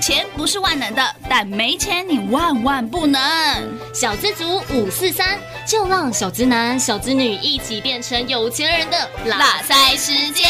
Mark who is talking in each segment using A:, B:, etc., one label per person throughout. A: 钱不是万能的，但没钱你万万不能。
B: 小资族五四三，就让小资男、小资女一起变成有钱人的
A: 拉塞时间。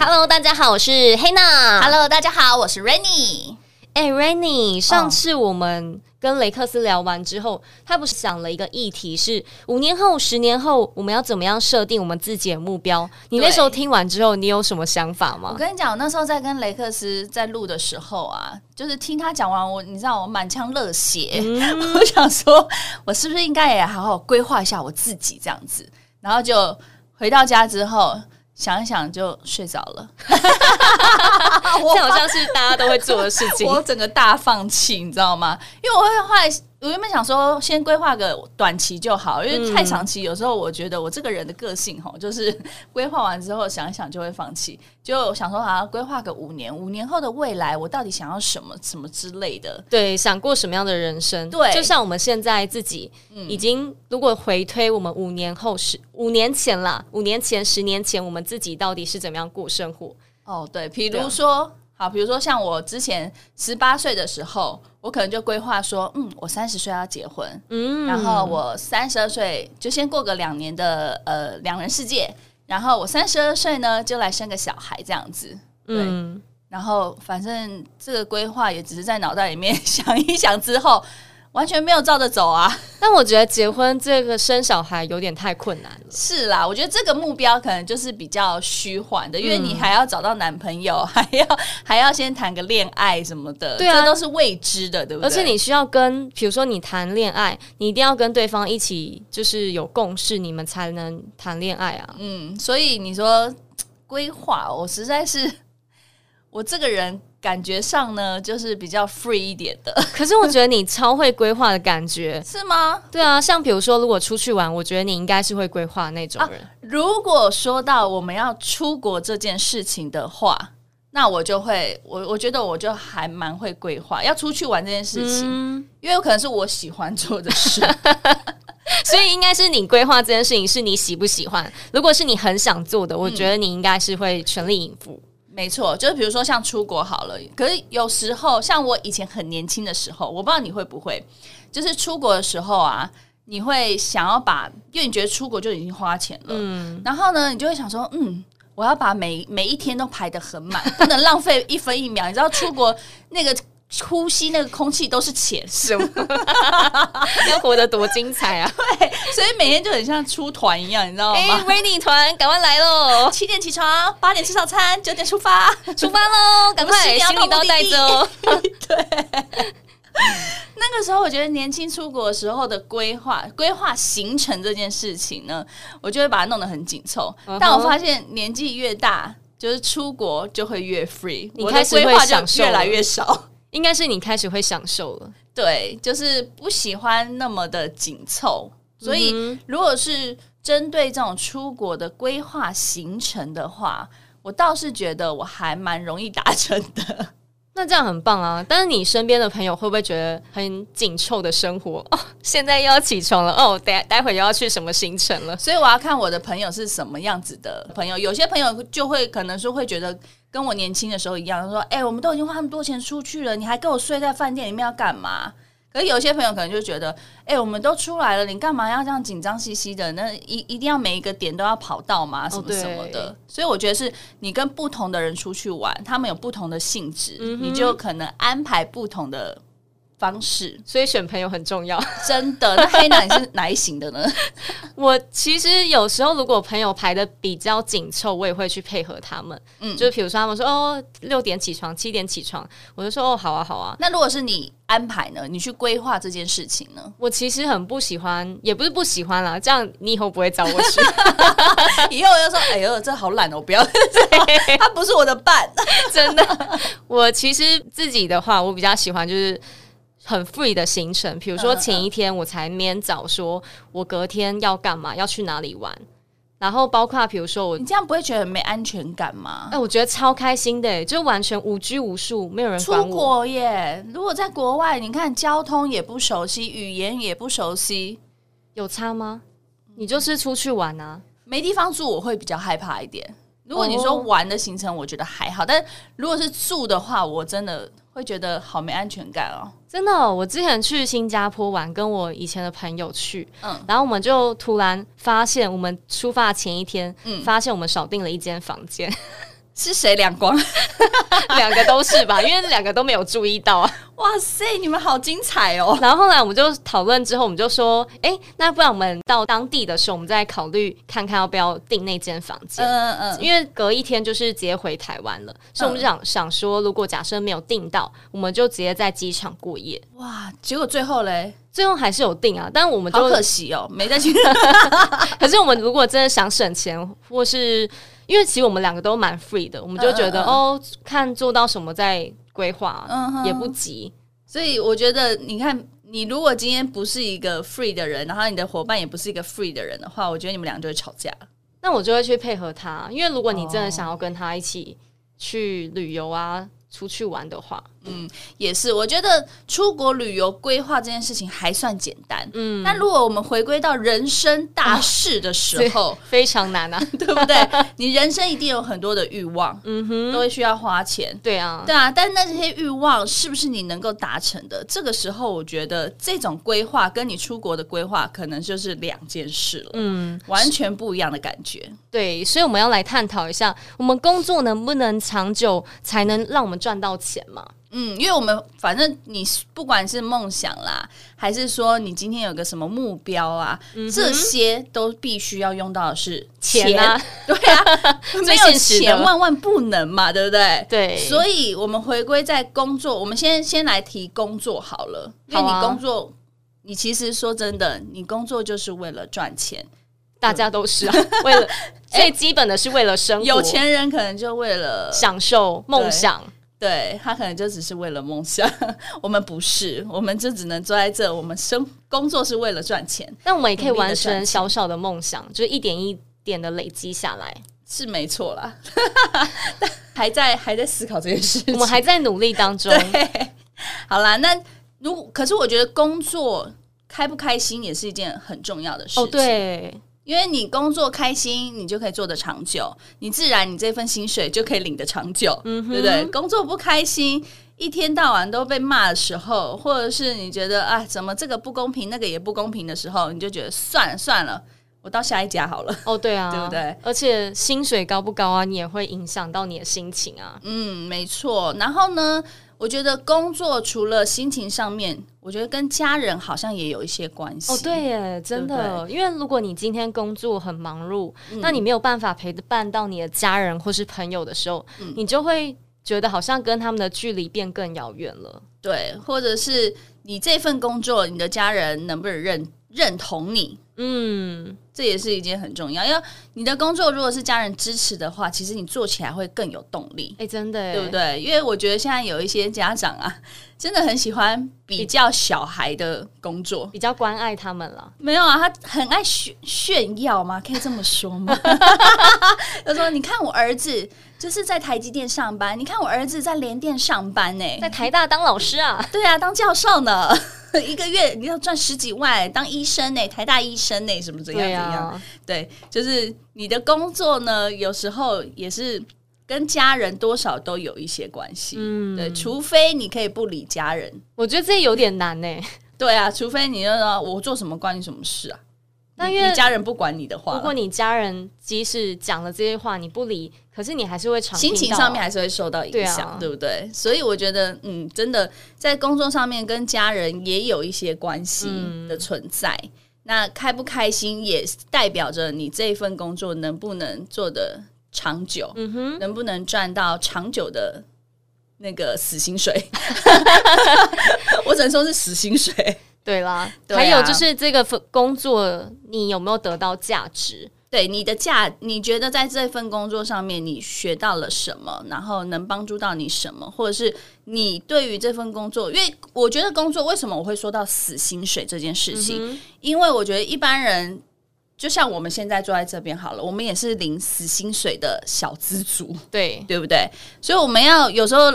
B: Hello，大家好，我是黑娜。
A: Hello，大家哦好，我是 Rainy。
B: 哎、r a i n y 上次我们跟雷克斯聊完之后，他不是想了一个议题是五年后、十年后我们要怎么样设定我们自己的目标？你那
A: 对
B: 时候听完之后，你有什么想法
C: 我
B: 吗？
C: 跟你讲，我那时候在跟雷克斯在录的时候啊，就是听他讲完，我你知道我满腔热血，
A: 嗯
C: 我想说，我是不是应该也好好规划一下我自己这样子？然后就回到家之后想一想就睡着 了， 我
B: 这好像是大家都会做的事 情。
C: 我整个大放弃，你知道吗？因为我会后来我原本想说先规划个短期就好，因为太长期有时候我觉得我这个人的个性吼，就是规划完之后想一想就会放弃。就想说啊，规划个五年，五年后的未来我到底想要什么什么之类的。
B: 对，想过什么样的人生？
C: 对嗯
B: 就像我们现在自己已经，如果回推我们五年后十五年前啦，五年前、十年前，我们自己到底是怎么样过生活？
C: 哦，对，比
B: 对啊
C: 如说。好，比如说像我之前十八岁的时候，我可能就规划说，嗯，我三十岁要结婚，
B: 嗯
C: 然后我三十二岁就先过个两年的呃两人世界，然后我三十二岁呢就来生个小孩这样子。对
B: 嗯，
C: 然后反正这个规划也只是在脑袋里面 想一想之后，完全没有照着走啊。
B: 但我觉得结婚这个生小孩有点太困难了。
C: 是啦，我觉得这个目标可能就是比较虚幻的，因为
B: 嗯
C: 你还要找到男朋友， 还要还要先谈个恋爱什么的，
B: 对啊
C: 这都是未知的，对不对？
B: 而且你需要跟，比如说你谈恋爱，你一定要跟对方一起，就是有共识，你们才能谈恋爱啊。
C: 嗯，所以你说规划，我实在是 我这个人感觉上呢，就是比较 free 一点的，。
B: 可是我觉得你超会规划的感觉
C: 是吗？
B: 对啊，像比如说，如果出去玩，我觉得你应该是会规划那种
C: 啊
B: 人。
C: 如果说到我们要出国这件事情的话，那我就会，我我觉得我就还蛮会规划要出去玩这件事情，
B: 嗯，
C: 因为有可能是我喜欢做的事。
B: 所以应该是你规划这件事情是你喜不喜欢。如果是你很想做的，我觉得你应该是会全力以 赴。
C: 没错，就是比如说像出国好了，可是有时候像我以前很年轻的时候，我不知道你会不会，就是出国的时候啊，你会想要把，因为你觉得出国就已经花钱了，然后呢，你就会想说，嗯。我要把每每一天都排得很满， 不能浪费一分一秒。你知道出国那个呼吸那个空气都是钱，
B: 什么？要活得多精彩啊！
C: 所以每天就很像出团一样，你知道
B: 哎、
C: 吗？
B: r a i n y 团，赶快来喽！
C: 七点起床，八点吃早餐，九点出发。
B: 出发喽！赶快，行李都带着哦。
C: 那个时候，我觉得年轻出国的时候的规划、规划行程这件事情呢，我就会把它弄得很紧凑。
B: 嗯哼
C: 但我发现年纪越大，就是出国就会越 free，
B: 你
C: 我
B: 开
C: 的
B: 始会
C: 规划就
B: 享受
C: 越来
B: 了
C: 越少。
B: 应该是你开始会享受了。
C: 对，就是不喜欢那么的紧凑。所以
B: 嗯，
C: 如果是针对这种出国的规划行程的话，我倒是觉得我还蛮容易达成的。
B: 那这样很棒啊！但是你身边的朋友会不会觉得很紧凑的生活？哦，现在又要起床了，哦，待待会又要去什么行程了？
C: 所以我要看我的朋友是什么样子的朋友。有些朋友就会可能说会觉得跟我年轻的时候一样，说：“哎、我们都已经花那么多钱出去了，你还跟我睡在饭店里面要干嘛？”可是有些朋友可能就觉得：“哎、我们都出来了，你干嘛要这样紧张兮兮的？那一一定要每一个点都要跑到吗？什么
B: 对
C: 什么的。所以我觉得是你跟不同的人出去玩，他们有不同的性质，你就可能安排不同的方式。
B: 所以选朋友很重要。
C: 真的，那黑男是哪一型的呢？
B: 我其实有时候如果朋友排的比较紧凑，我也会去配合他们。嗯，就是比如说他们说哦六点起床，七点起床，我就说哦好啊好啊。
C: 那如果是你安排呢？你去规划这件事情呢？
B: 我其实很不喜欢，也不是不喜欢啦，这样你以后不会找我 去。
C: 以后我就说，哎呦，这好懒哦，我不要， 他不是我的伴。
B: 真的，我其实自己的话，我比较喜欢就是很 free 的行程，比如说
C: 嗯嗯
B: 前一天我才明早说我隔天要干嘛，要去哪里玩，然后包括比如说我
C: 你。这样不会觉得很没安全感吗
B: 哎、？我觉得超开心的、就完全无拘无束，没有人 管
C: 出
B: 我。
C: 国耶！如果在国外，你看交通也不熟悉，语言也不熟悉，
B: 有差吗？你就是出去玩啊，
C: 没地方住，我会比较害怕一点。如果你说
B: 哦
C: 玩的行程，我觉得还好，但如果是住的话，我真的会觉得好没安全感哦。
B: 真的哦、我之前去新加坡玩，跟我以前的朋友去，
C: 嗯
B: 然后我们就突然发现，我们出发前一天，
C: 嗯
B: 发现我们少订了一间房间，
C: 是谁两光？
B: 两个都是吧，因为两个都没有注意 到啊。
C: 哇塞，你们好精彩哦！
B: 然后后来我们就讨论之后，我们就说，哎，那不然我们到当地的时候，我们再考虑看看要不要订那间房间。
C: 嗯嗯，
B: 因为隔一天就是直接回台湾了，所以我们就想、想说，如果假设没有订到，我们就直接在机场过夜。
C: 哇，结果最后嘞，
B: 最后还是有订啊，但我们就
C: 好可惜哦，没再去。
B: 可是我们如果真的想省钱，或是因为其实我们两个都蛮 free 的，我们就觉得、
C: 嗯嗯嗯
B: 哦，看做到什么再规划，
C: 嗯哼
B: 也不急。
C: 所以我觉得，你看，你如果今天不是一个 free 的人，然后你的伙伴也不是一个 free 的人的话，我觉得你们俩就会吵架。
B: 那我就会去配合他，因为如果你真
C: 哦
B: 的想要跟他一起去旅游啊、出去玩的话，
C: 也是，我觉得出国旅游规划这件事情还算简单。嗯，但如果我们回归到人生大事的时 候，
B: 非常难啊。
C: 对不对？你人生一定有很多的欲望，
B: 嗯哼，
C: 都会需要花钱。
B: 对啊，
C: 对啊，但那些欲望是不是你能够达成的？这个时候，我觉得这种规划跟你出国的规划可能就是两件事了，
B: 嗯，
C: 完全不一样的感觉。
B: 对，所以我们要来探讨一下，我们工作能不能长久，才能让我们赚到钱嘛？
C: 嗯，因为我们反正你不管是梦想啦，还是说你今天有个什么目标啊，这些都必须要用到的是
B: 嗯钱啊，
C: 对 啊，没有
B: 现实的
C: 钱万万不能嘛，对不对？
B: 对，
C: 所以我们回归在工作，我们先先来提工作好了，因为
B: 好
C: 你
B: 啊
C: 工作，你其实说真的，你工作就是为了赚钱，
B: 大家都是啊，为 了
C: 哎
B: 最基本的是为了生活，
C: 有钱人可能就为了
B: 享受梦想。
C: 对他可能就只是为了梦想， 我们不是，我们就只能坐在这，我们生工作是为了赚钱，
B: 但我们也可以完成小小的梦想，
C: 嗯
B: 就是一点一点的累积下来。
C: 是没错啦， 但还在还在思考这件事情
B: 我们还在努力当中。
C: 好啦，那如可是我觉得工作开不开心也是一件很重要的事情，
B: 哦，，对，
C: 因为你工作开心，你就可以做得长久，你自然你这份薪水就可以领得长久，
B: 嗯哼
C: 对不对？工作不开心，一天到晚都被骂的时候，或者是你觉得啊，怎么这个不公平，那个也不公平的时候，你就觉得算了算了，我到下一家好 了。
B: 哦，对啊，
C: 对不对？
B: 而且薪水高不高啊，你也会影响到你的心情啊。
C: 嗯，没错。然后呢，我觉得工作除了心情上面，我觉得跟家人好像也有一些关系。
B: 哦，对耶，真
C: 对嗯
B: 的，因为如果你今天工作很忙碌，那你没有办法陪伴到你的家人或是朋友的时候，
C: 嗯
B: 你就会觉得好像跟他们的距离变更遥远了。
C: 对，或者是你这份工作，你的家人能不能认认同你？
B: 嗯，
C: 这也是一件很重要。要你的工作如果是家人支持的话，其实你做起来会更有动力
B: 哎、，真的耶，
C: 对不对？因为我觉得现在有一些家长啊， 真的很喜欢比较小孩的工作。
B: 比较关爱他们了。
C: 没有啊，他很爱炫炫耀吗？可以这么说 吗？他说：“你看我儿子就是在台积电上班，你看我儿子在联电上班呢、
B: 在台大当老师啊，
C: 对啊，当教授呢， 一个月你要赚十几万，当医生呢、台大医生呢、什么怎样怎
B: 对
C: 样。
B: 啊，
C: 对，就是你的工作呢，有时候也是跟家人多少都有一些关系。
B: 嗯
C: 对，除非你可以不理家人。
B: 我觉得这有点难呢、欸
C: 对啊，除非你就说我做什么关你什么事啊？
B: 那
C: 你
B: 因为
C: 你家人不管你的话
B: 如，果你家人即使讲了这些话，你不理，可是你还是会常
C: 心
B: 听
C: 情
B: 到啊
C: 上面还是会受到影响，
B: 对啊
C: 对不对？所以我觉得，嗯，真的在工作上面跟家人也有一些关系
B: 嗯
C: 的存在。那开不开心也代表着你这份工作能不能做得长久，
B: 嗯哼，
C: 能不能赚到长久的那个死薪水？ 我只能说是死薪水。
B: 对啦。
C: 对啊
B: 还有就是这个工作，你有没有得到价值？
C: 对你的价，你觉得在这份工作上面你学到了什么？然后能帮助到你什么？或者是你对于这份工作，因为我觉得工作为什么我会说到死薪水这件事情？
B: 嗯哼
C: 因为我觉得一般人。就像我们现在坐在这边好了，我们也是领死薪水的小资族，
B: 对，
C: 对不对？所以我们要有时候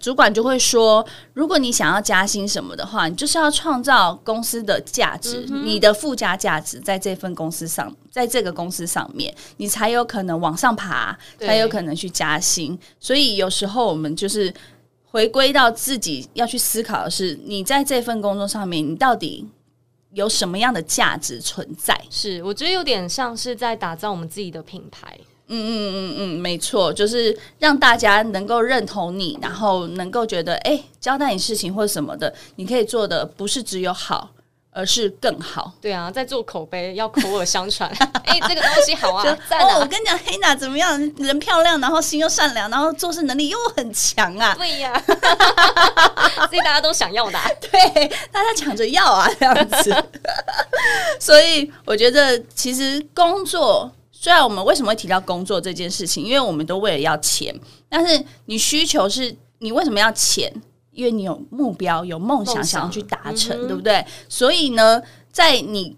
C: 主管就会说，如果你想要加薪什么的话，你就是要创造公司的价值，你的附加价值在这份公司上，在这个公司上面，你才有可能往上爬，
B: 对
C: 才有可能去加薪。所以有时候我们就是回归到自己要去思考的是，你在这份工作上面，你到底有什么样的价值存在？
B: 是，我觉得有点像是在打造我们自己的品牌。
C: 嗯嗯嗯，没错，就是让大家能够认同你，然后能够觉得，哎、交代你事情或什么的，你可以做的不是只有好，而是更好。
B: 对啊，在做口碑，要口耳相传。 哎、这个东西好
C: 就
B: 啊，赞
C: 哦，我
B: 啊！
C: 跟你讲，黑娜怎么样？人漂亮，然后心又善良，然后做事能力又很强啊！
B: 对 呀、所以大家都想要的啊、
C: 对，大家抢着要啊，这样子。 所以我觉得，其实工作虽然我们为什么会提到工作这件事情，因为我们都为了要钱，但是你需求是你为什么要钱？因为你有目标、有梦想，
B: 梦想
C: 想要去达成，
B: 嗯哼
C: 对不对？所以呢，在你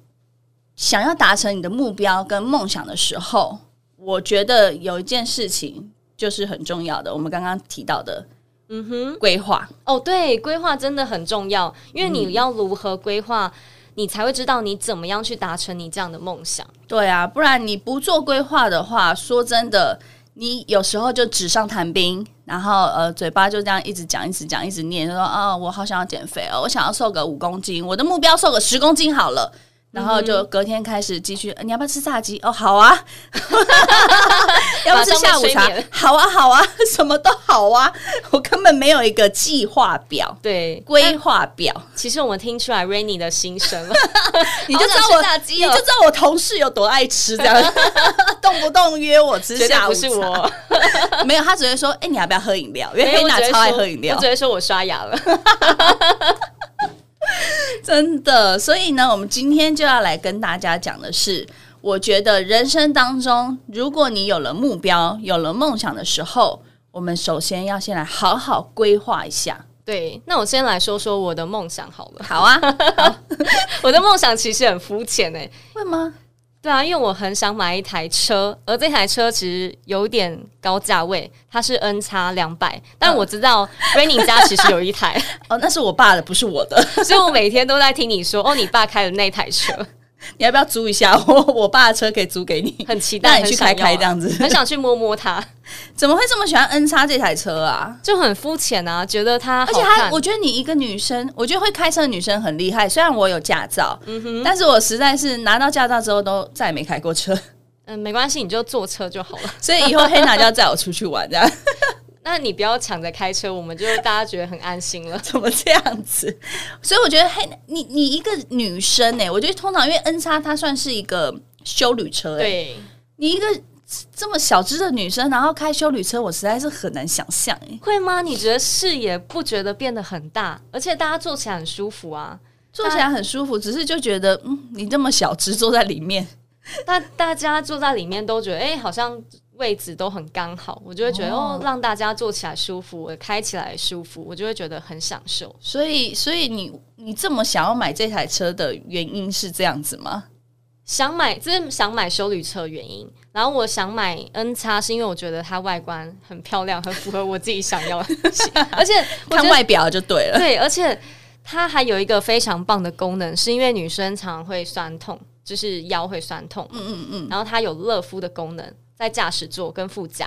C: 想要达成你的目标跟梦想的时候，我觉得有一件事情就是很重要的，我们刚刚提到的
B: 嗯哼。
C: 规划。
B: 哦，对，规划真的很重要，因为
C: 嗯
B: 你要如何规划，你才会知道你怎么样去达成你这样的梦想。
C: 对啊，不然你不做规划的话，说真的，你有时候就纸上谈兵，然后呃，嘴巴就这样一直讲、一直讲、一直念，就说啊、我好想要减肥哦，我想要瘦个五公斤，我的目标瘦个十公斤好了。然后就隔天开始继续，呃你要不要吃炸鸡？哦，好啊， 要不要吃下午
B: 马上
C: 茶
B: 被催眠？
C: 好啊，好啊，什么都好啊，我根本没有一个计划表、
B: 对，
C: 规划表。
B: 其实我们听出来 Rainy 的 心声了，
C: 你就知道我，
B: 好想吃炸鸡
C: 你
B: 哦
C: 就知道我同事有多爱吃，这 样动不动约我吃
B: 绝对
C: 下午
B: 不
C: 茶。
B: 是 我，
C: 没有，他只会说：“哎、你要不要喝饮料？”因
B: 因
C: 为
B: 为
C: 黑
B: 我
C: 娜
B: 只会
C: 超爱
B: 说
C: 喝饮料
B: 我只，会说我刷牙了。
C: 真的。所以呢，我们今天就要来跟大家讲的是，我觉得人生当中，如果你有了目标、有了梦想的时候，我们首先要先来好好规划一 下。
B: 对，那我先来说说我的梦想好了。
C: 好啊，
B: 我的梦想其实很肤浅诶，
C: 会吗？
B: 对啊，因为我很想买一台车，而这台车其实有点高价位，它是 N 叉两百，但
C: 嗯
B: 我知道 Rainy 家其实有一台，
C: 哦，那是我爸的，不是我的。
B: 所以我每天都在听你说，哦，你爸开的那台车，
C: 你要不要租一下？我我爸的车可以租给你，
B: 很期
C: 那
B: 待，
C: 你去
B: 很想
C: 开
B: 要啊
C: 开这样子。
B: 很想去摸摸它，
C: 怎么会这么喜欢 N 叉这台车啊？
B: 就很肤浅啊，觉得它
C: 而
B: 好
C: 且
B: 看，
C: 她，我觉得你一个女生，我觉得会开车的女生很厉害。虽然我有驾照，
B: 嗯
C: 但是我实在是拿到驾照之后都再也没开过车，
B: 嗯，没关系，你就坐车就好了。
C: 所以以后黑娜就要载我出去玩，这样
B: 那你不要抢着开车，我们就大家觉得很安心了。
C: 怎么这样子？所以我觉得黑你你一个女生呢、欸我觉得通常因为 N 叉它算是一个修旅车、欸，，
B: 对，
C: 你一个这么小只的女生，然后开修旅车，我实在是很难想象哎、
B: 会吗？你觉得视野不觉得变得很大，而且大家坐起来很舒服啊。
C: 坐起来很舒服，只是就觉得嗯，你这么小只坐在里面，
B: 大大家坐在里面都觉得，哎、好像位置都很刚好，我就会觉得
C: 哦
B: 哦让大家坐起来舒服，我开起来舒服，我就会觉得很享受。
C: 所以，所以你你这么想要买这台车的原因是这样子吗？
B: 想买，这是想买修旅车的原因。然后我想买 N 叉，是因为我觉得它外观很漂亮，很符合我自己想 要的东西，而且我觉
C: 看
B: 得
C: 外表就对了。
B: 对，而且它还有一个非常棒的功能，是因为女生常常会酸痛，就是腰会酸痛，
C: 嗯嗯嗯。
B: 然后它有热敷的功能。在驾驶座跟副驾，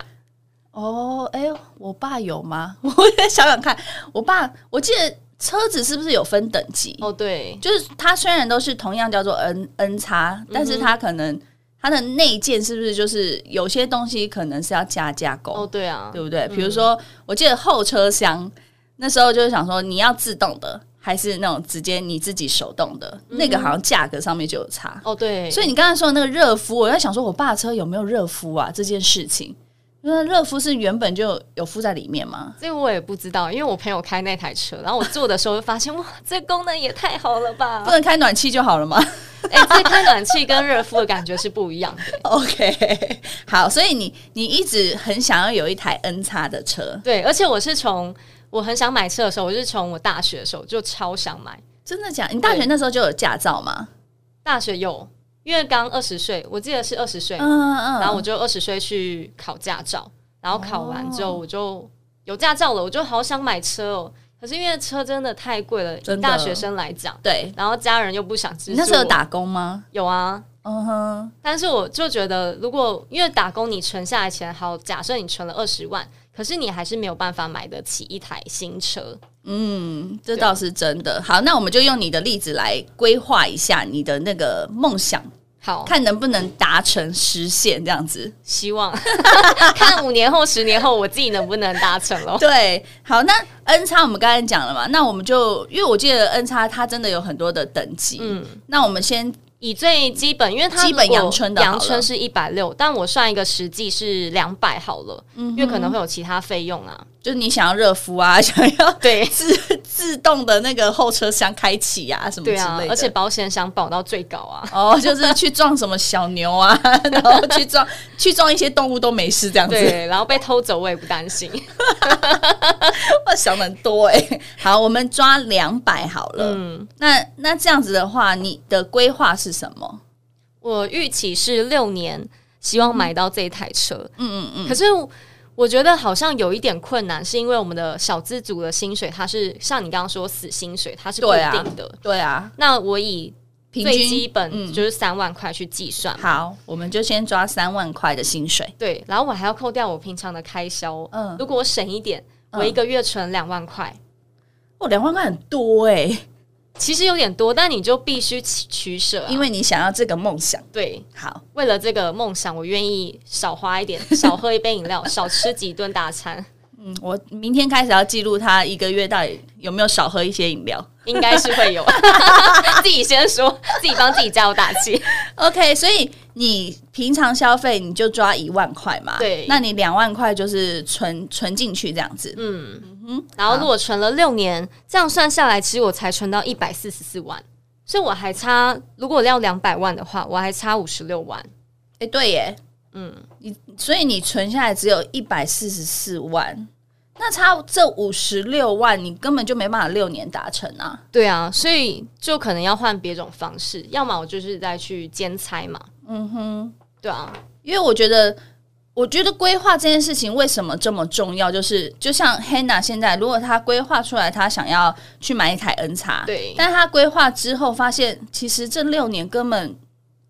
C: 哦，哎、我爸有吗？ 我也想想看，我爸，我记得车子是不是有分等级？
B: 哦对，
C: 就是它虽然都是同样叫做 N N 叉，但是它可能它的内件是不是就是有些东西可能是要加加工？
B: 哦对啊，
C: 对不对？比如说，我记得后车厢那时候就是想说，你要自动的还是那种直接你自己手动的，那个好像价格上面就有差。
B: 哦对，
C: 所以你刚才说的那个热敷，我在想说，我爸车有没有热敷啊？这件事情，因为热敷是原本就有敷在里面吗？
B: 这个我也不知道，因为我朋友开那台车，然后我坐的时候就发现，哇，这功能也太好了吧
C: 不！能开暖气就好了吗
B: 哎、这开暖气跟热敷的感觉是不一样的、
C: ？OK，好， 所以你你一直很想要有一台 N 叉的车，
B: 对，而且我是从我很想买车的时候，我是从我大学的时候就超想买。
C: 真的假的？你大学
B: 对
C: 那时候就有驾照吗？
B: 大学有，因为刚二十岁，我记得是二十岁，
C: 嗯嗯，哦
B: 然后我就二十岁去考驾照，然后考完之后我就。有驾照了，我就好想买车哦。可是因为车真的太贵了，以
C: 真的
B: 大学生来讲，
C: 对，
B: 然后家人又不想支
C: 你
B: 持。
C: 那时候有打工吗？
B: 有啊，
C: 嗯哼，
B: 但是我就觉得，如果因为打工你存下来钱，好，假设你存了二十万，可是你还是没有办法买得起一台新车。
C: 嗯，这倒是真的。好，那我们就用你的例子来规划一下你的那个梦想，
B: 好，
C: 看能不能达成实现这样子。
B: 希望 看五年后、十年后我自己能不能达成咯。
C: 对，好，那 N 叉我们刚才讲了嘛，那我们就因为我记得 N 叉它真的有很多的等级，
B: 嗯，
C: 那我们先
B: 以最基本，因为它
C: 基本
B: 如果
C: 阳春的好了
B: 阳春是一百六，但我算一个实际是两百好了，
C: 嗯
B: 因为可能会有其他费用啊。
C: 就是你想要热敷啊，想要
B: 对
C: 自自动的那个后车厢开启啊，什么之
B: 对
C: 类的，
B: 啊，而且保险想保到最高 啊。
C: 哦，就是去撞什么小牛啊， 然后去撞去撞一些动物都没事这样子。
B: 对，然后被偷走我也不担心。
C: 哇， 想得很多哎、好，我们抓两百好了。
B: 嗯，
C: 那那这样子的话，你的规划是什么？
B: 我预期是六年，希望买到这一台车。
C: 嗯嗯
B: 可是我觉得好像有一点困难，是因为我们的小资族的薪水，它是像你刚刚说死薪水，它是固
C: 对啊
B: 定的。
C: 嗯，对啊，
B: 那我以
C: 平
B: 最
C: 均
B: 基本
C: 嗯
B: 就是三万块去计算。
C: 好，我们就先抓三万块的薪水。
B: 对，然后我还要扣掉我平常的开销。哦
C: 嗯
B: 如果我省一点，我一个月存两万块，
C: 哦，两万块很多哎、
B: 其实有点多，但你就必须取取舍啊、
C: 因为你想要这个梦想。
B: 对，
C: 好，
B: 为了这个梦想，我愿意少花 一点，少喝一杯饮料，少吃几顿大餐，
C: 嗯，我明天开始要记录他一个月到底有没有少喝一些饮料。
B: 应该是 会有。自己先说，自己帮自己加油打气。
C: OK，所以你平常消费你就抓一万块嘛，
B: 对
C: 那你两万块就是存存进去这样子，
B: 嗯，然后如果存了六年，这样算下来，其实我才存到一百四十四万，所以我还差，如果要两百万的话，我还差五十六万。
C: 哎、对耶，
B: 嗯，
C: 所以你存下来只有一百四十四万，那差这五十六万，你根本就没办法六年达成啊。
B: 对啊，所以就可能要换别种方式，要么我就是再去兼差嘛。
C: 嗯哼，
B: 对啊，
C: 因为我觉得，我觉得规划这件事情为什么这么重要，就是就像 Hannah 现在，如果她规划出来，她想要去买一台 N 叉，
B: 对
C: 但她规划之后发现，其实这六年根本。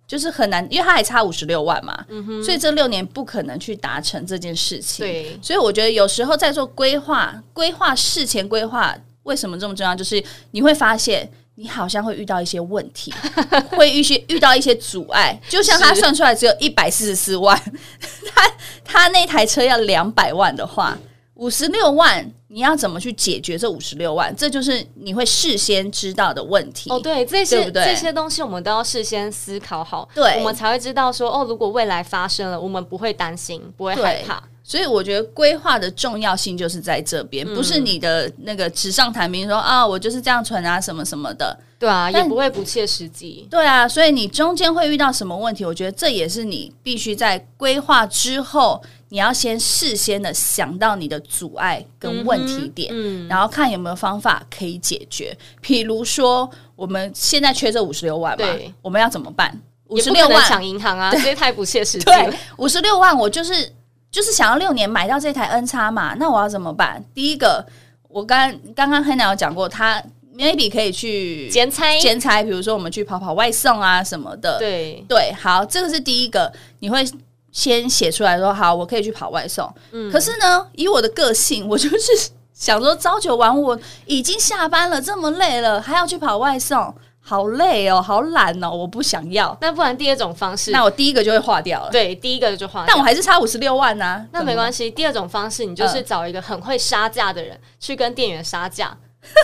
C: 就是很难，因为她还差五十六万嘛，所以这六年不可能去达成这件事情。
B: 嗯对，
C: 所以我觉得有时候在做规划，规划事前规划为什么这么重要？就是你会发现。你好像会遇到一些问 题，会遇些遇到一些阻碍，就像他算出来只有一百四十四万， 他他那台车要两百万的话，五十六万你要怎么去解决这五十六万？这就是你会事先知道的问题。
B: 哦，对，这些
C: 对不对
B: 这些东西我们都要事先思考好，
C: 对
B: 我们才会知道说，哦，如果未来发生了，我们不会担心，不会
C: 对
B: 害怕。
C: 所以我觉得规划的重要性就是在这边，
B: 嗯
C: 不是你的那个纸上谈兵说啊，我就是这样存啊，什么什么的。
B: 对啊，也
C: 但
B: 不会不切实际。
C: 对啊，所以你中间会遇到什么问题？我觉得这也是你必须在规划之后，你要先事先的想到你的阻碍跟问题点，
B: 嗯
C: 然后看有没有方法可以解决。比如说，我们现在缺这五十六万嘛
B: 对，
C: 我们要怎么办？五
B: 也
C: 十
B: 不可
C: 六
B: 能
C: 万，
B: 抢银行啊，这太不切实际了
C: 对。，五十六万，我就是就是想要六年买到这台 N 叉嘛，那我要怎么办？第一个，我刚刚刚黑鸟有讲过，他 maybe 可以去
B: 剪猜，
C: 兼差，比如说我们去跑跑外送啊什么的，
B: 对，
C: 对，好，这个是第一个，你会先写出来说好，我可以去跑外送。
B: 嗯
C: 可是呢，以我的个性，我就是想说朝九晚五，我已经下班了，这么累了，还要去跑外送，好累哦，好懒哦，我不想要。
B: 那不然第二种方式，
C: 那我第一个就会划掉了，
B: 对第一个就划掉，
C: 但我还是差五十六万啊呢、
B: 那没关系。第二种方式，你就是找一个很会杀价的人、去跟店员杀价，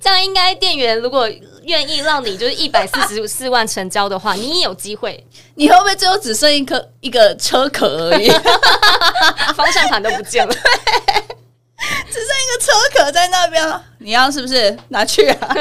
B: 这样应该店员如果愿意让你就是一百四十四万成交的话，你也有机会，
C: 系，你会不会最后只剩一颗一个车壳而已？
B: 方向盘都不见了。
C: 车壳在那边了，你要是不是拿去啊？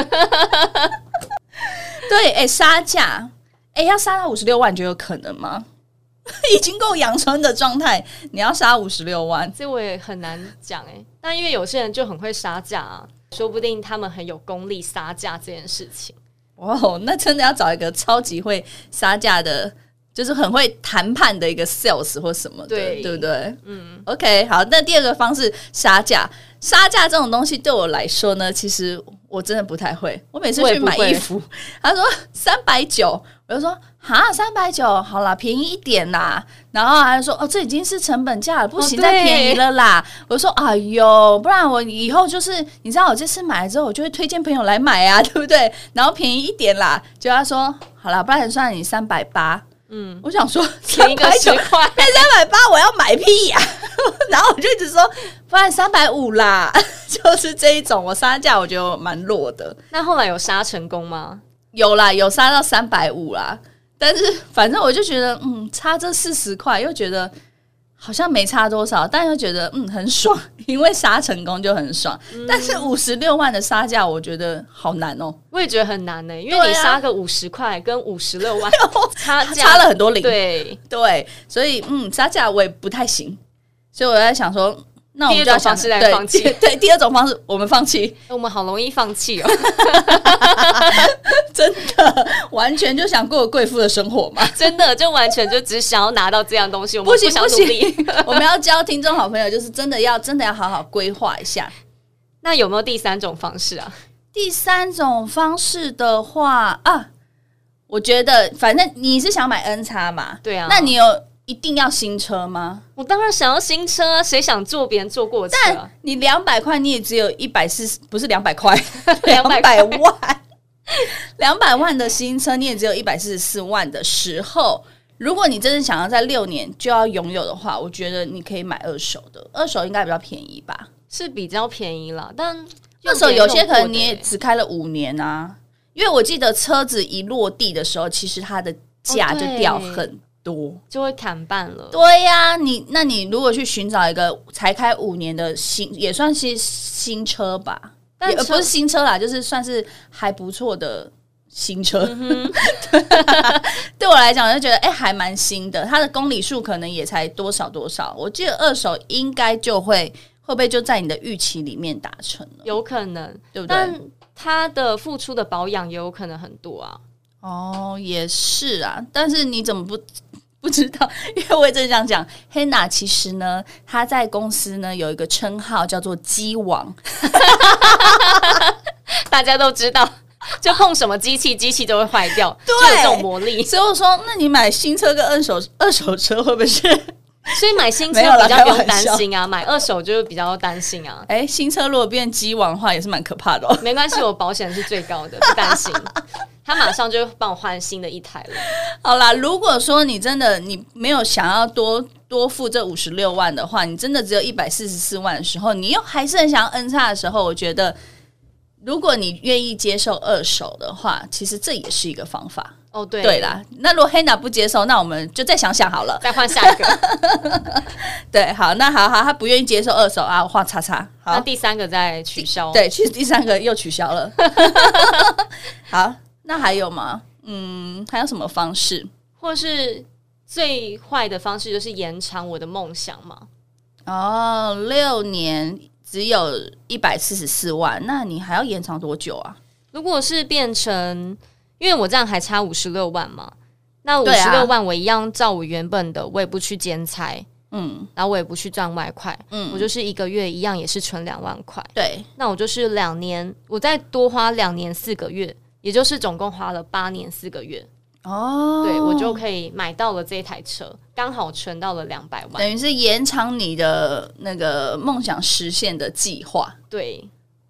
C: 对，哎、杀价，哎、要杀到五十六万，你觉得有可能吗？ 已经够阳春的状态，你要杀五十六万，
B: 这我也很难讲哎、但因为有些人就很会杀价啊，说不定他们很有功力杀价这件事情。
C: 哇哦，那真的要找一个超级会杀价的就是很会谈判的一个 sales 或什么的，
B: 对
C: 对不对？嗯，OK，好。那第二个方式杀价，杀价这种东西对我来说呢，其实我真的不太会。我每次
B: 我也
C: 去
B: 不
C: 买
B: 会
C: 衣服，他说三百九，我就说哈三百九，好啦，便宜一点啦。然后他就说哦，这已经是成本价了，不行，
B: 哦
C: 再
B: 对
C: 便宜了啦。我就说哎呦，不然我以后就是你知道，我这次买了之后，我就会推荐朋友来买啊， 对不对？然后便宜一点啦。就他说好啦，不然算你三百八。
B: 嗯，
C: 我想说
B: 便宜 个十
C: 390
B: 块，
C: 那哎三百八我要买屁呀、 然后我就一直说，不然三百五啦， 就是这一种。我杀价我觉得我蛮弱的，
B: 那后来有杀成功吗？
C: 有啦，有杀到三百五啦，但是反正我就觉得，嗯，差这四十块，又觉得好像没差多少，但又觉得嗯很爽， 因为杀成功就很爽。
B: 嗯
C: 但是五十六万的杀价，我觉得好难 哦、
B: 我也觉得很难呢、因为
C: 对啊
B: 你杀个五十块跟五十六万差 价
C: 差了很多零。
B: 对，
C: 对，所以嗯，杀价我也不太行，所以我在想说，那我们就要想
B: 第二种方式来
C: 对
B: 放弃
C: 第 对，第二种方式我们放弃，
B: 我们好容易放弃哦，
C: 真的完全就想过贵妇的生活 嘛。
B: 真的就完全就只想要拿到这样东西，我们
C: 不行
B: 想
C: 不
B: 努力。
C: 行，我们要教听众好朋友，就是真的要真的要好好规划一下。
B: 那有没有第三种方式啊？
C: 第三种方式的话啊，我觉得反正你是想买 N 叉嘛，
B: 对啊
C: 那你有一定要新车吗？
B: 我当然想要新车啊，谁想坐别人坐过的车啊
C: 但？你两百块，你也只有一百四，不是两百块，两
B: 200
C: 百万，两百万的新车，你也只有一百四十四万的时候，如果你真的想要在六年就要拥有的话，我觉得你可以买二手的，二手应该比较便宜吧。
B: 是比较便宜啦，但
C: 二手有些可能
B: 用
C: 你
B: 别人
C: 也
B: 用过的欸
C: 只开了五年啊，因为我记得车子一落地的时候，其实它的价
B: 哦
C: 就
B: 对
C: 掉很多。
B: 就会砍半了。
C: 对呀、你那你如果去寻找一个才开五年的新，也算是新车吧，
B: 但
C: 也呃
B: 车
C: 不是新车啦，就是算是还不错的新车。
B: 嗯
C: 对我来讲，我就觉得哎、还蛮新的，它的公里数可能也才多少多少。我记得二手应该就会会不会就在你的预期里面达成了，
B: 有可能，
C: 对不对？
B: 但他的付出的保养也有可能很多啊。
C: 哦，也是啊，但是你怎么不？ 不知道，因为我也正想讲，Hanna 其实呢，她在公司呢有一个称号叫做“鸡王”，
B: 大家都知道， 就碰什么机器，机器都会坏掉，
C: 对
B: 就有这种魔力。
C: 所以我说，那你买新车跟二手二手车会不会是？
B: 所以买新车
C: 没有啦
B: 比较不
C: 开
B: 用
C: 玩
B: 担
C: 笑。
B: 心啊，买二手就是比较担心啊
C: 哎、新车如果变鸡王的话，也是蛮可怕的、哦。
B: 没关系，我保险是最高的，不担心。他马上就会帮我换新的一台了。
C: 好啦，如果说你真的你没有想要多多付这五十六万的话，你真的只有一百四十四万的时候，你又还是很想要 N 叉的时候，我觉得。如果你愿意接受二手的话，其实这也是一个方法。
B: 哦，对，
C: 对啦，那如果 Hanna 不接受，那我们就再想想好了。
B: 再换下一个。
C: 对，好，那好好，他不愿意接受二手啊，我画叉叉。好，
B: 那第三个再取消。
C: 对，其实第三个又取消 了。好，那还有吗？嗯，还有什么方式？
B: 或是最坏的方式就是延长我的梦想嘛。
C: 哦，六年只有一百四十四万，那你还要延长多久啊？
B: 如果是变成，因为我这样还差五十六万嘛，那五
C: 对
B: 十
C: 啊
B: 六万我一样照我原本的，我也不去兼差，
C: 嗯
B: 然后我也不去赚外快，
C: 嗯，
B: 我就是一个月一样也是存两万块，
C: 对
B: 那我就是两年，我再多花两年四个月，也就是总共花了八年四个月，
C: 哦，
B: 对我就可以买到了这一台车，刚好存到了两百万，
C: 等于是延长你的那个梦想实现的计划。
B: 对。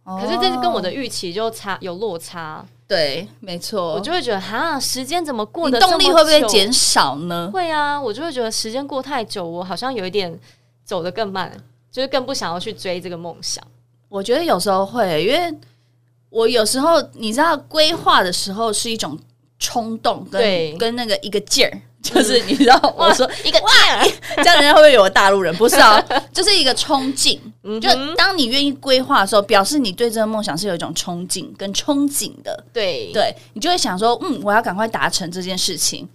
B: 可是
C: 哦
B: 这是跟我的预期就差有落差，
C: 对，没错，
B: 我就会觉得哈，时间怎么过
C: 你
B: 得
C: 动力会不会
B: 这么久
C: 减少呢？
B: 会啊，我就会觉得时间过太久，我好像有一点走得更慢，就是更不想要去追这个梦想。
C: 我觉得有时候会，因为我有时候你知道，规划的时候是一种冲动跟
B: 对
C: 跟那个一个劲儿，就是你知 道，我说
B: 一个哇，
C: 这样人家会不会以为我大陆人？不是啊， 就是一个冲劲。
B: 嗯哼
C: 就当你愿意规划的时候，表示你对这个梦想是有一种憧憬跟憧憬的，
B: 对
C: 对你就会想说，嗯，我要赶快达成这件事情。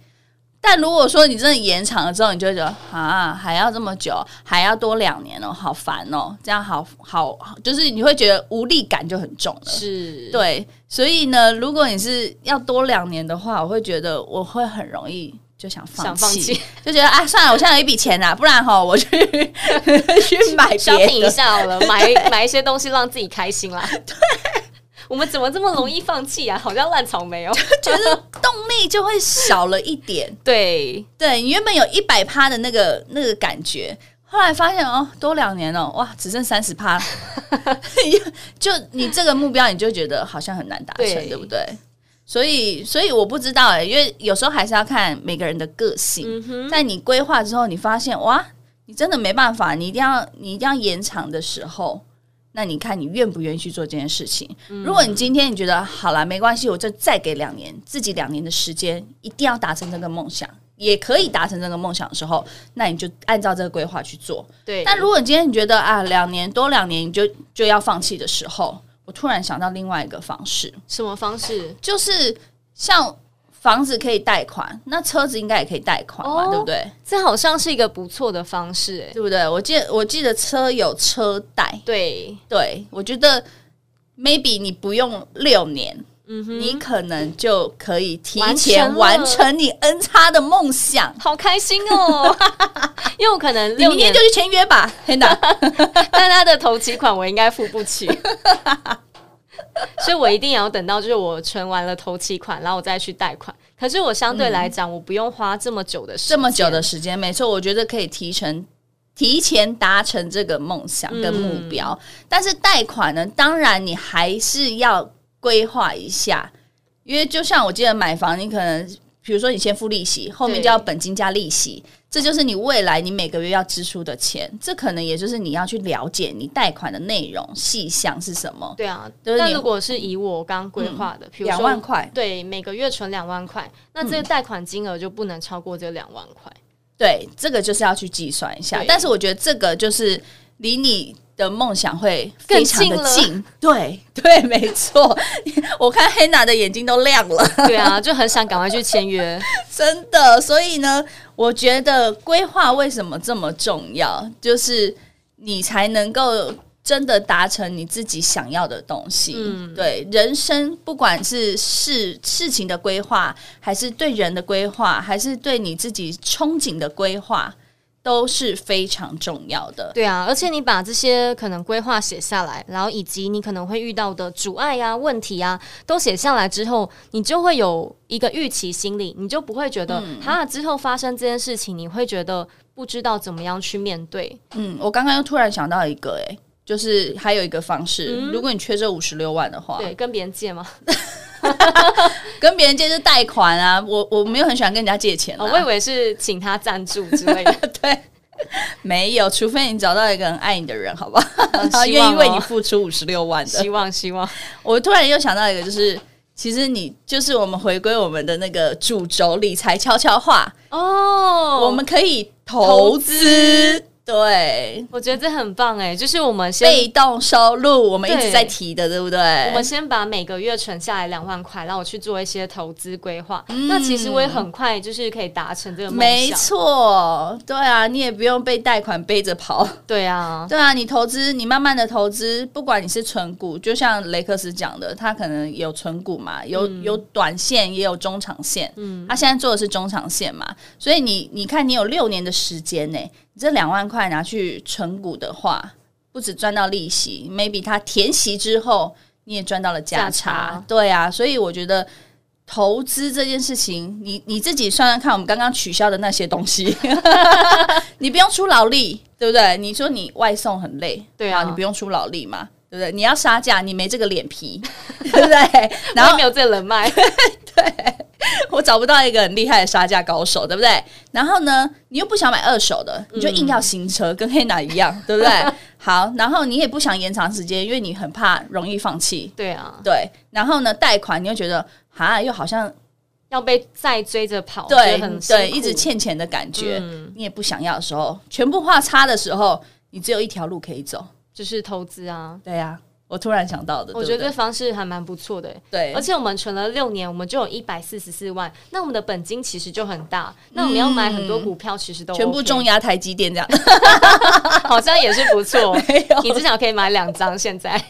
C: 但如果说你真的延长了之后，你就会觉得啊，还要这么久，还要多两年哦，好烦哦，这样好好，就是你会觉得无力感就很重了。
B: 是，
C: 对，所以呢，如果你是要多两年的话，我会觉得我会很容易就想放
B: 想放弃，
C: 就觉得啊，算了，我现在有一笔钱啦、不然哈，我去 去买
B: 消
C: 别
B: 停一
C: 的。
B: 下 好了，买买一些东西让自己开心啦。对，我们怎么这么容易放弃啊？好像烂草莓哦。
C: 觉得动力就会少了一点。
B: 对，
C: 对你原本有一百趴的那个那个感觉，后来发现哦，多两年了，哇，只剩三十 趴，就你这个目标，你就觉得好像很难达成，
B: 对
C: 对不对？所以，所以我不知道哎、因为有时候还是要看每个人的个性。
B: 嗯哼，
C: 在你规划之后，你发现哇，你真的没办法，你一定要你一定要延长的时候，那你看你愿不愿意去做这件事情？
B: 嗯
C: 如果你今天你觉得好啦，没关系，我就再给两年，自己两年的时间，一定要达成这个梦想，也可以达成这个梦想的时候，那你就按照这个规划去做。
B: 对。
C: 但如果你今天你觉得啊，两年多两年你就就要放弃的时候，我突然想到另外一个方式，
B: 什么方式？
C: 就是像。房子可以贷款，那车子应该也可以贷款嘛，
B: 哦
C: 对不对？
B: 这好像是一个不错的方式、哎，
C: 对不对？我记得我记得车有车贷，
B: 对，
C: 对我觉得 maybe 你不用六年，
B: 嗯哼，
C: 你可能就可以提
B: 完成
C: 前
B: 了
C: 完成你 N 叉的梦想。
B: 好开心 哦，因为我可能
C: 你
B: 六
C: 明天
B: 年
C: 就去签约吧，天哪！
B: 但他的头期款我应该付 不起，所以我一定也要等到就是我存完了头期款，然后我再去贷款。可是我相对来讲，我不用花这么久的时
C: 嗯
B: 间
C: 这么久的时间，没错，我觉得可以提成。提前达成这个梦想跟目标，
B: 嗯
C: 但是贷款呢，当然你还是要规划一下，因为就像我记得买房，你可能比如说你先付利息，后面
B: 对
C: 就要本金加利息，这就是你未来你每个月要支出的钱，这可能也就是你要去了解你贷款的内容细项是什么，
B: 对啊。
C: 就是
B: 但
C: 你嗯
B: 如果是以我刚规划的，比如
C: 两万
B: 说
C: 块，嗯
B: 对每个月存两万块，那这个贷款金额就不能超过这两万块。
C: 对，这个就是要去计算一下
B: 对。
C: 但是我觉得这个就是离你的梦想会非常的
B: 更近
C: 近。对对，没错。我看黑娜的眼睛都亮了，
B: 对啊，就很想赶快去签约。
C: 真的。所以呢，我觉得规划为什么这么重要，就是你才能够。真的达成你自己想要的东西，
B: 嗯
C: 对人生，不管是事事情的规划，还是对人的规划，还是对你自己憧憬的规划，都是非常重要的。
B: 对啊，而且你把这些可能规划写下来，然后以及你可能会遇到的阻碍呀、问题呀，都写下来之后，你就会有一个预期心理，你就不会觉得
C: 嗯
B: 哈、之后发生这件事情，你会觉得不知道怎么样去面对。
C: 嗯，我刚刚又突然想到一个、哎，就是还有一个方式，如果你缺这五十六万的话，
B: 嗯对，跟别人借吗？
C: 跟别人借是贷款啊。我我没有很喜欢跟人家借 钱、啊，
B: 哦，我以为是请他赞助之 类的。
C: 没有，除非你找到一个很爱你的人，好不好？
B: 嗯
C: 他
B: 希望
C: 啊 愿意为你
B: 哦
C: 付出五十六万的
B: 希。 望啊希望，
C: 我突然又想到一个，就是其实你就是我们回归我们的那个主轴理财悄悄话，
B: 哦，
C: 我们可以
B: 投
C: 投资，对，
B: 我觉得这很棒哎，就是我们先
C: 被动收入，我们一
B: 对
C: 直在提的，对不对？
B: 我们先把每个月存下来两万块，让我去做一些投资规划。那其实我也很快就是可以达成这个梦
C: 嗯
B: 想。
C: 没，错，对啊，你也不用被贷款背着跑。
B: 对啊，
C: 对啊，你投资，你慢慢的投资，不管你是存股，就像雷克斯讲的，他可能有存股嘛，有、
B: 嗯
C: 有短线，也有中长线。嗯，他现在做的是中长线嘛，所以你你看，你有六年的时间呢、你这两万块拿去存股的话，不止赚到利息，maybe 它填息之后，你也赚到了价
B: 价差
C: 差。对啊，所以我觉得。投资这件事情，你你自己算算看，我们刚刚取消的那些东西，你不用出劳力，对不对？你说你外送很累，
B: 对啊
C: 好你不用出劳力嘛，对不对？你要杀价，你没这个脸皮， 对不对？ 然
B: 我也
C: 后
B: 没有这个 人脉，
C: 我找不到一个很厉害的杀价高手，对不对？然后呢，你又不想买二手的，你就硬要新车，跟黑奶一
B: 嗯
C: 样，对不 对？好，然后你也不想延长时间，因为你很怕容易放弃，
B: 对啊，
C: 对。然后呢，贷款你又觉得哈，又好像
B: 要被再追着跑，
C: 对
B: 觉得很辛苦
C: 对，一直欠钱的感觉，
B: 嗯
C: 你也不想要的时候，全部画叉的时候，你只有一条路可以走。
B: 就是投资啊。
C: 对呀、我突然想到的，
B: 我
C: 对
B: 觉
C: 不
B: 得这方式还蛮不错的欸，
C: 对，
B: 而且我们存了六年，我们就有一百四十四万，那我们的本金其实就很大，那我们要买很多股票其实都、
C: 嗯全部 重，压台 积电这样，
B: 好像也是不错。
C: 没有
B: 你至少可以买两张，现在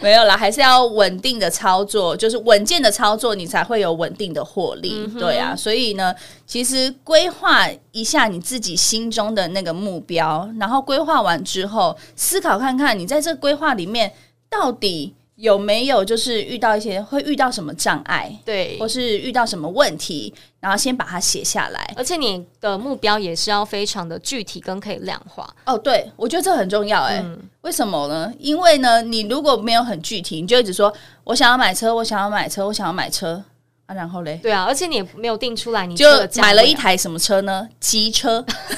C: 没有啦，还是要稳定的操作，就是稳健的操作，你才会有稳定的获利。
B: 嗯
C: 对啊，所以呢，其实规划一下你自己心中的那个目标，然后规划完之后，思考看看你在这规划里面到底有没有就是遇到一些会遇到什么障碍，
B: 对
C: 或是遇到什么问题，然后先把它写下来。
B: 而且你的目标也是要非常的具体跟可以量化，
C: 哦，对，我觉得这很重要哎、
B: 嗯
C: 为什么呢？因为呢，你如果没有很具体，你就一直说我想要买车，我想要买车，我想要买车啊，然后嘞，
B: 对啊，而且你也没有定出来你
C: 就
B: 这个价
C: 买了
B: 位啊
C: 一，台什么车呢？机车，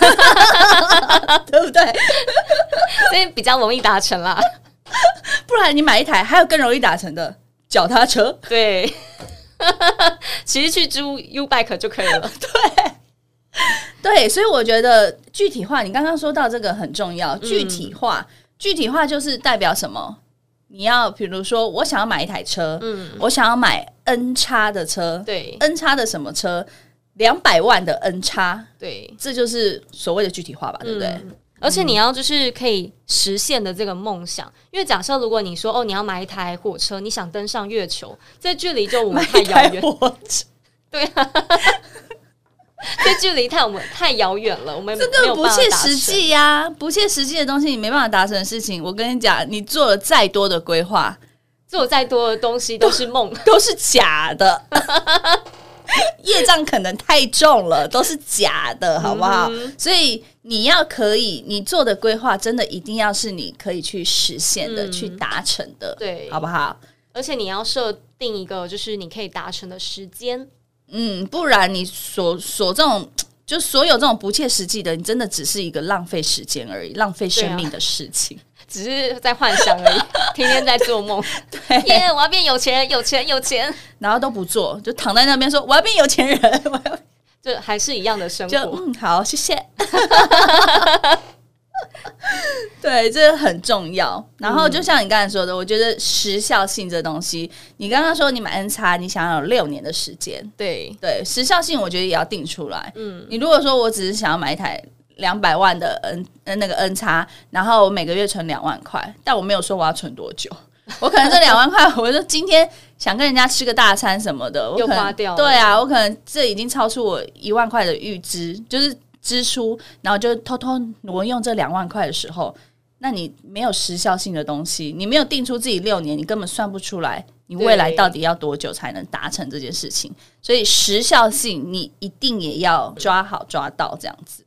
C: 对不对？
B: 所以比较容易达成啦。
C: 不然你买一台，还有更容易达成的脚踏车。
B: 对， 其实去租 U Bike 就可以了。
C: 对，所以我觉得具体化，你刚刚说到这个很重
B: 嗯
C: 要。具体化，具体化就是代表什么？你要比如说，我想要买一台车，
B: 嗯，
C: 我想要买 N 叉的车，
B: 对
C: N 叉的什么车？两百万的 N 叉，
B: 对，
C: 这就是所谓的具体化吧，对不对？
B: 嗯而且你要就是可以实现的这个梦想，因为假设如果你说哦你要买一台火车，你想登上月球，这距离就我们
C: 买
B: 太
C: 一台
B: 遥远，
C: 火车，
B: 对啊，这距离太我们太遥远了，我们
C: 这
B: 没
C: 个
B: 有
C: 不
B: 办法
C: 切
B: 达成
C: 实。际呀、不切实际的东西，你没办法达成的事情，我跟你讲，你做了再多的规划
B: 做再多的东西都是梦，
C: 都是假的， 业障可能太重了，都是假的，好不好？
B: 嗯
C: 所以你要可以，你做的规划真的一定要是你可以去实现的、
B: 嗯
C: 去达成的，
B: 对
C: 好不好？
B: 而且你要设定一个就是你可以达成的时间。
C: 嗯，不然你所所这种。就所有这种不切实际的，你真的只是一个浪费时间而已，浪费生命的事情。
B: 只是在幻想而已， 天天在做梦。耶我要变有钱，有钱，有钱，
C: 然后都不做，就躺在那边说我要变有钱人， 我要
B: 就还是一样的生
C: 就
B: 活。
C: 嗯好，谢谢。 对，这很重要。然后就像你刚才说的，我觉得时效性这东西，你刚刚说你买 N 叉，你想要有六年的时间，
B: 对，
C: 对时效性，我觉得也要定出来。
B: 嗯，
C: 你如果说我只是想要买一台两百万的 N 呃那个 N 叉，然后我每个月存两万块，但我没有说我要存多久。我可能这两万块， 我就今天想跟人家吃个大餐什么的，我
B: 又
C: 可能
B: 花掉了
C: 对啊，我可能这已经超出我一万块的预支，就是支出，然后就偷偷挪用这两万块的时候，那你没有时效性的东西，你没有定出自己六年，你根本算不出来你未来
B: 对
C: 到底要多久才能达成这件事情。所以时效性你一定也要抓好抓到这样子。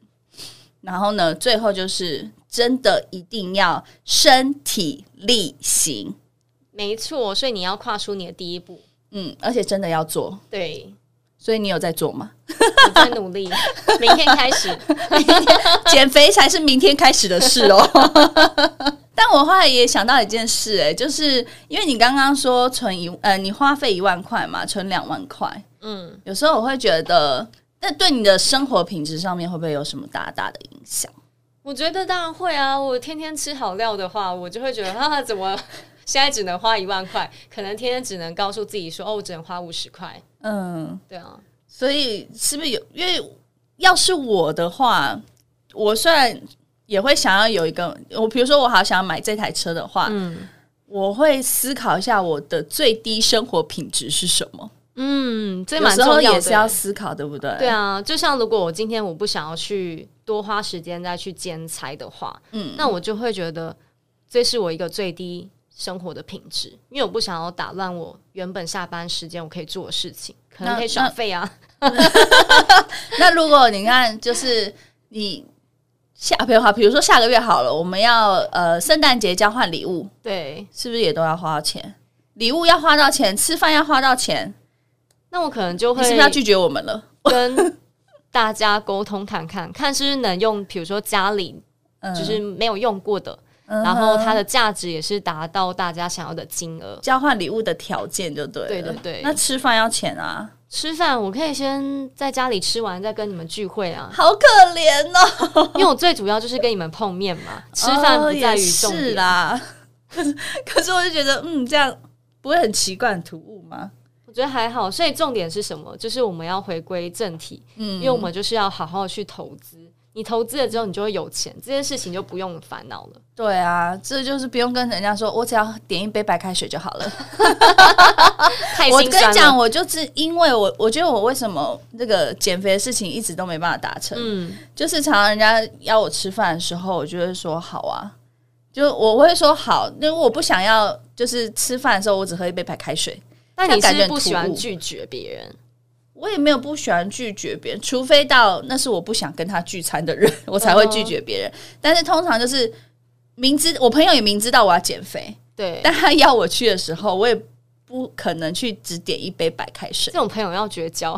C: 然后呢，最后就是真的一定要身体力行，
B: 没错。所以你要跨出你的第一步。
C: 嗯，而且真的要做。
B: 对，
C: 所以你有在做吗？
B: 我在努力， 明天开始。
C: 减肥才是明天开始的事哦。 但我后来也想到一件事、哎，就是因为你刚刚说存一呃，你花费一万块嘛，存两万块，
B: 嗯，
C: 有时候我会觉得，那对你的生活品质上面会不会有什么大大的影响？
B: 我觉得当然会啊。我天天吃好料的话，我就会觉得啊，怎么现在只能花一万块？可能天天只能告诉自己说，哦，我只能花五十块。
C: 嗯，
B: 对啊，
C: 所以是不是有？因为要是我的话，我虽然也会想要有一个，我比如说我好想买这台车的话，
B: 嗯
C: 我会思考一下我的最低生活品质是什么。
B: 嗯，这
C: 有
B: 蛮
C: 时
B: 重
C: 候
B: 要
C: 也是要
B: 的。
C: 思考，对不对？
B: 对啊，就像如果我今天我不想要去多花时间再去兼差的话，
C: 嗯，
B: 那我就会觉得这是我一个最低生活的品质，因为我不想要打乱我原本下班时间我可以做的事情，可能
C: 那
B: 可以耍废啊。
C: 那如果你看，就是你下，比如好，比如说下个月好了，我们要呃圣诞节交换礼物，
B: 对，
C: 是不是也都要花到钱？礼物要花到钱，吃饭要花到钱，
B: 那我可能就
C: 你
B: 会
C: 是不是要拒绝我们了？
B: 跟大家沟通看看，看是不是能用，比如说家里
C: 嗯，
B: 就是没有用过的，
C: 嗯哼
B: 然后它的价值也是达到大家想要的金额。
C: 交换礼物的条件就对了，
B: 对对对
C: 那吃饭要钱啊，，
B: 吃饭我可以先在家里吃完，再跟你们聚会啊
C: 好可怜哦。
B: 因为我最主要就是跟你们碰面嘛，吃饭
C: 哦
B: 不在
C: 也
B: 于重
C: 是
B: 点。
C: 啦。 可是可是我就觉得，嗯，这样不会很奇怪、很突兀吗？
B: 我觉得还好，所以重点是什么？就是我们要回归正题，
C: 嗯
B: 因为我们就是要好好去投资。你投资了之后，你就会有钱，这件事情就不用烦恼 了。
C: 对啊，这就是不用跟人家说，我只要点一杯白开水就好了。
B: 太
C: 我
B: 心
C: 跟
B: 酸了
C: 你讲，，我就是因为我，我觉得我为什么这个减肥的事情一直都没办法达成，
B: 嗯，
C: 就是常常人家邀我吃饭的时候，我就会说好啊，就我会说好，因为我不想要，就是吃饭的时候我只喝一杯白开水，
B: 但你
C: 感觉
B: 是
C: 很
B: 不喜
C: 突
B: 欢
C: 兀
B: 拒绝别人，
C: 我也没有不喜欢拒绝别人，除非到那是我不想跟他聚餐的人， 我才会
B: 嗯
C: 拒绝别人。但是通常就是明知我朋友也明知道我要减肥，
B: 对，
C: 但他要我去的时候，我也不可能去只点一杯白开水
B: 这。种朋友要绝 交。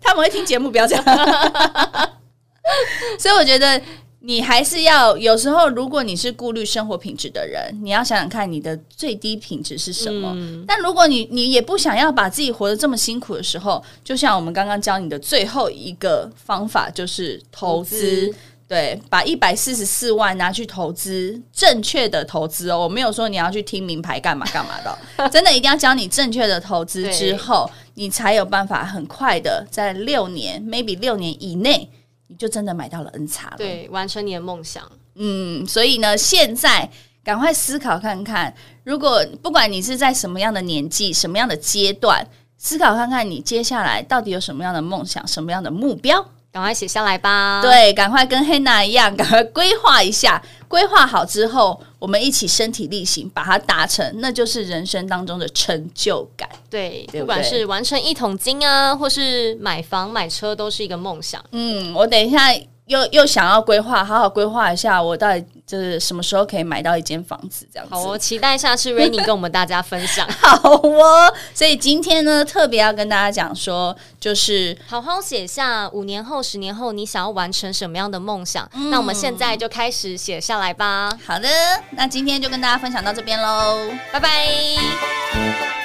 C: 他们会听节目，不要这样。 所以我觉得你还是要有时候，如果你是顾虑生活品质的人，你要想想看你的最低品质是什么。但如果你你也不想要把自己活得这么辛苦的时候，就像我们刚刚教你的最后一个方法，就是投资。对，把一百四十四万拿去投资，正确的投资哦，我没有说你要去听名牌干嘛干嘛的哦、真的一定要教你正确的投资之后，你才有办法很快的在六年，maybe 六年以内，你就真的买到了 N 叉了。，
B: 对，完成你的梦想。
C: 嗯，所以呢，现在赶快思考看看，如果不管你是在什么样的年纪、什么样的阶段，思考看看你接下来到底有什么样的梦想、什么样的目标。
B: 赶快写下来吧。，
C: 对，赶快跟 Hanna 一样，赶快规划一下。规划好之后，我们一起身体力行，把它达成，那就是人生当中的成就感。
B: 对，
C: 对不
B: 不管
C: 对
B: 是完成一桶金啊，或是买房买车，都是一个梦想。
C: 嗯，我等一下又又想要规划，好好规划一下，我到底就是什么时候可以买到一间房子这样子。
B: 好哦，期待下次 Rainy 跟我们大家分享。
C: 好哦，所以今天呢，特别要跟大家讲说，就是
B: 好好写下五年后、十年后你想要完成什么样的梦想。那我们现在就开始写下来吧，
C: 好的，那今天就跟大家分享到这边喽。
B: 拜拜。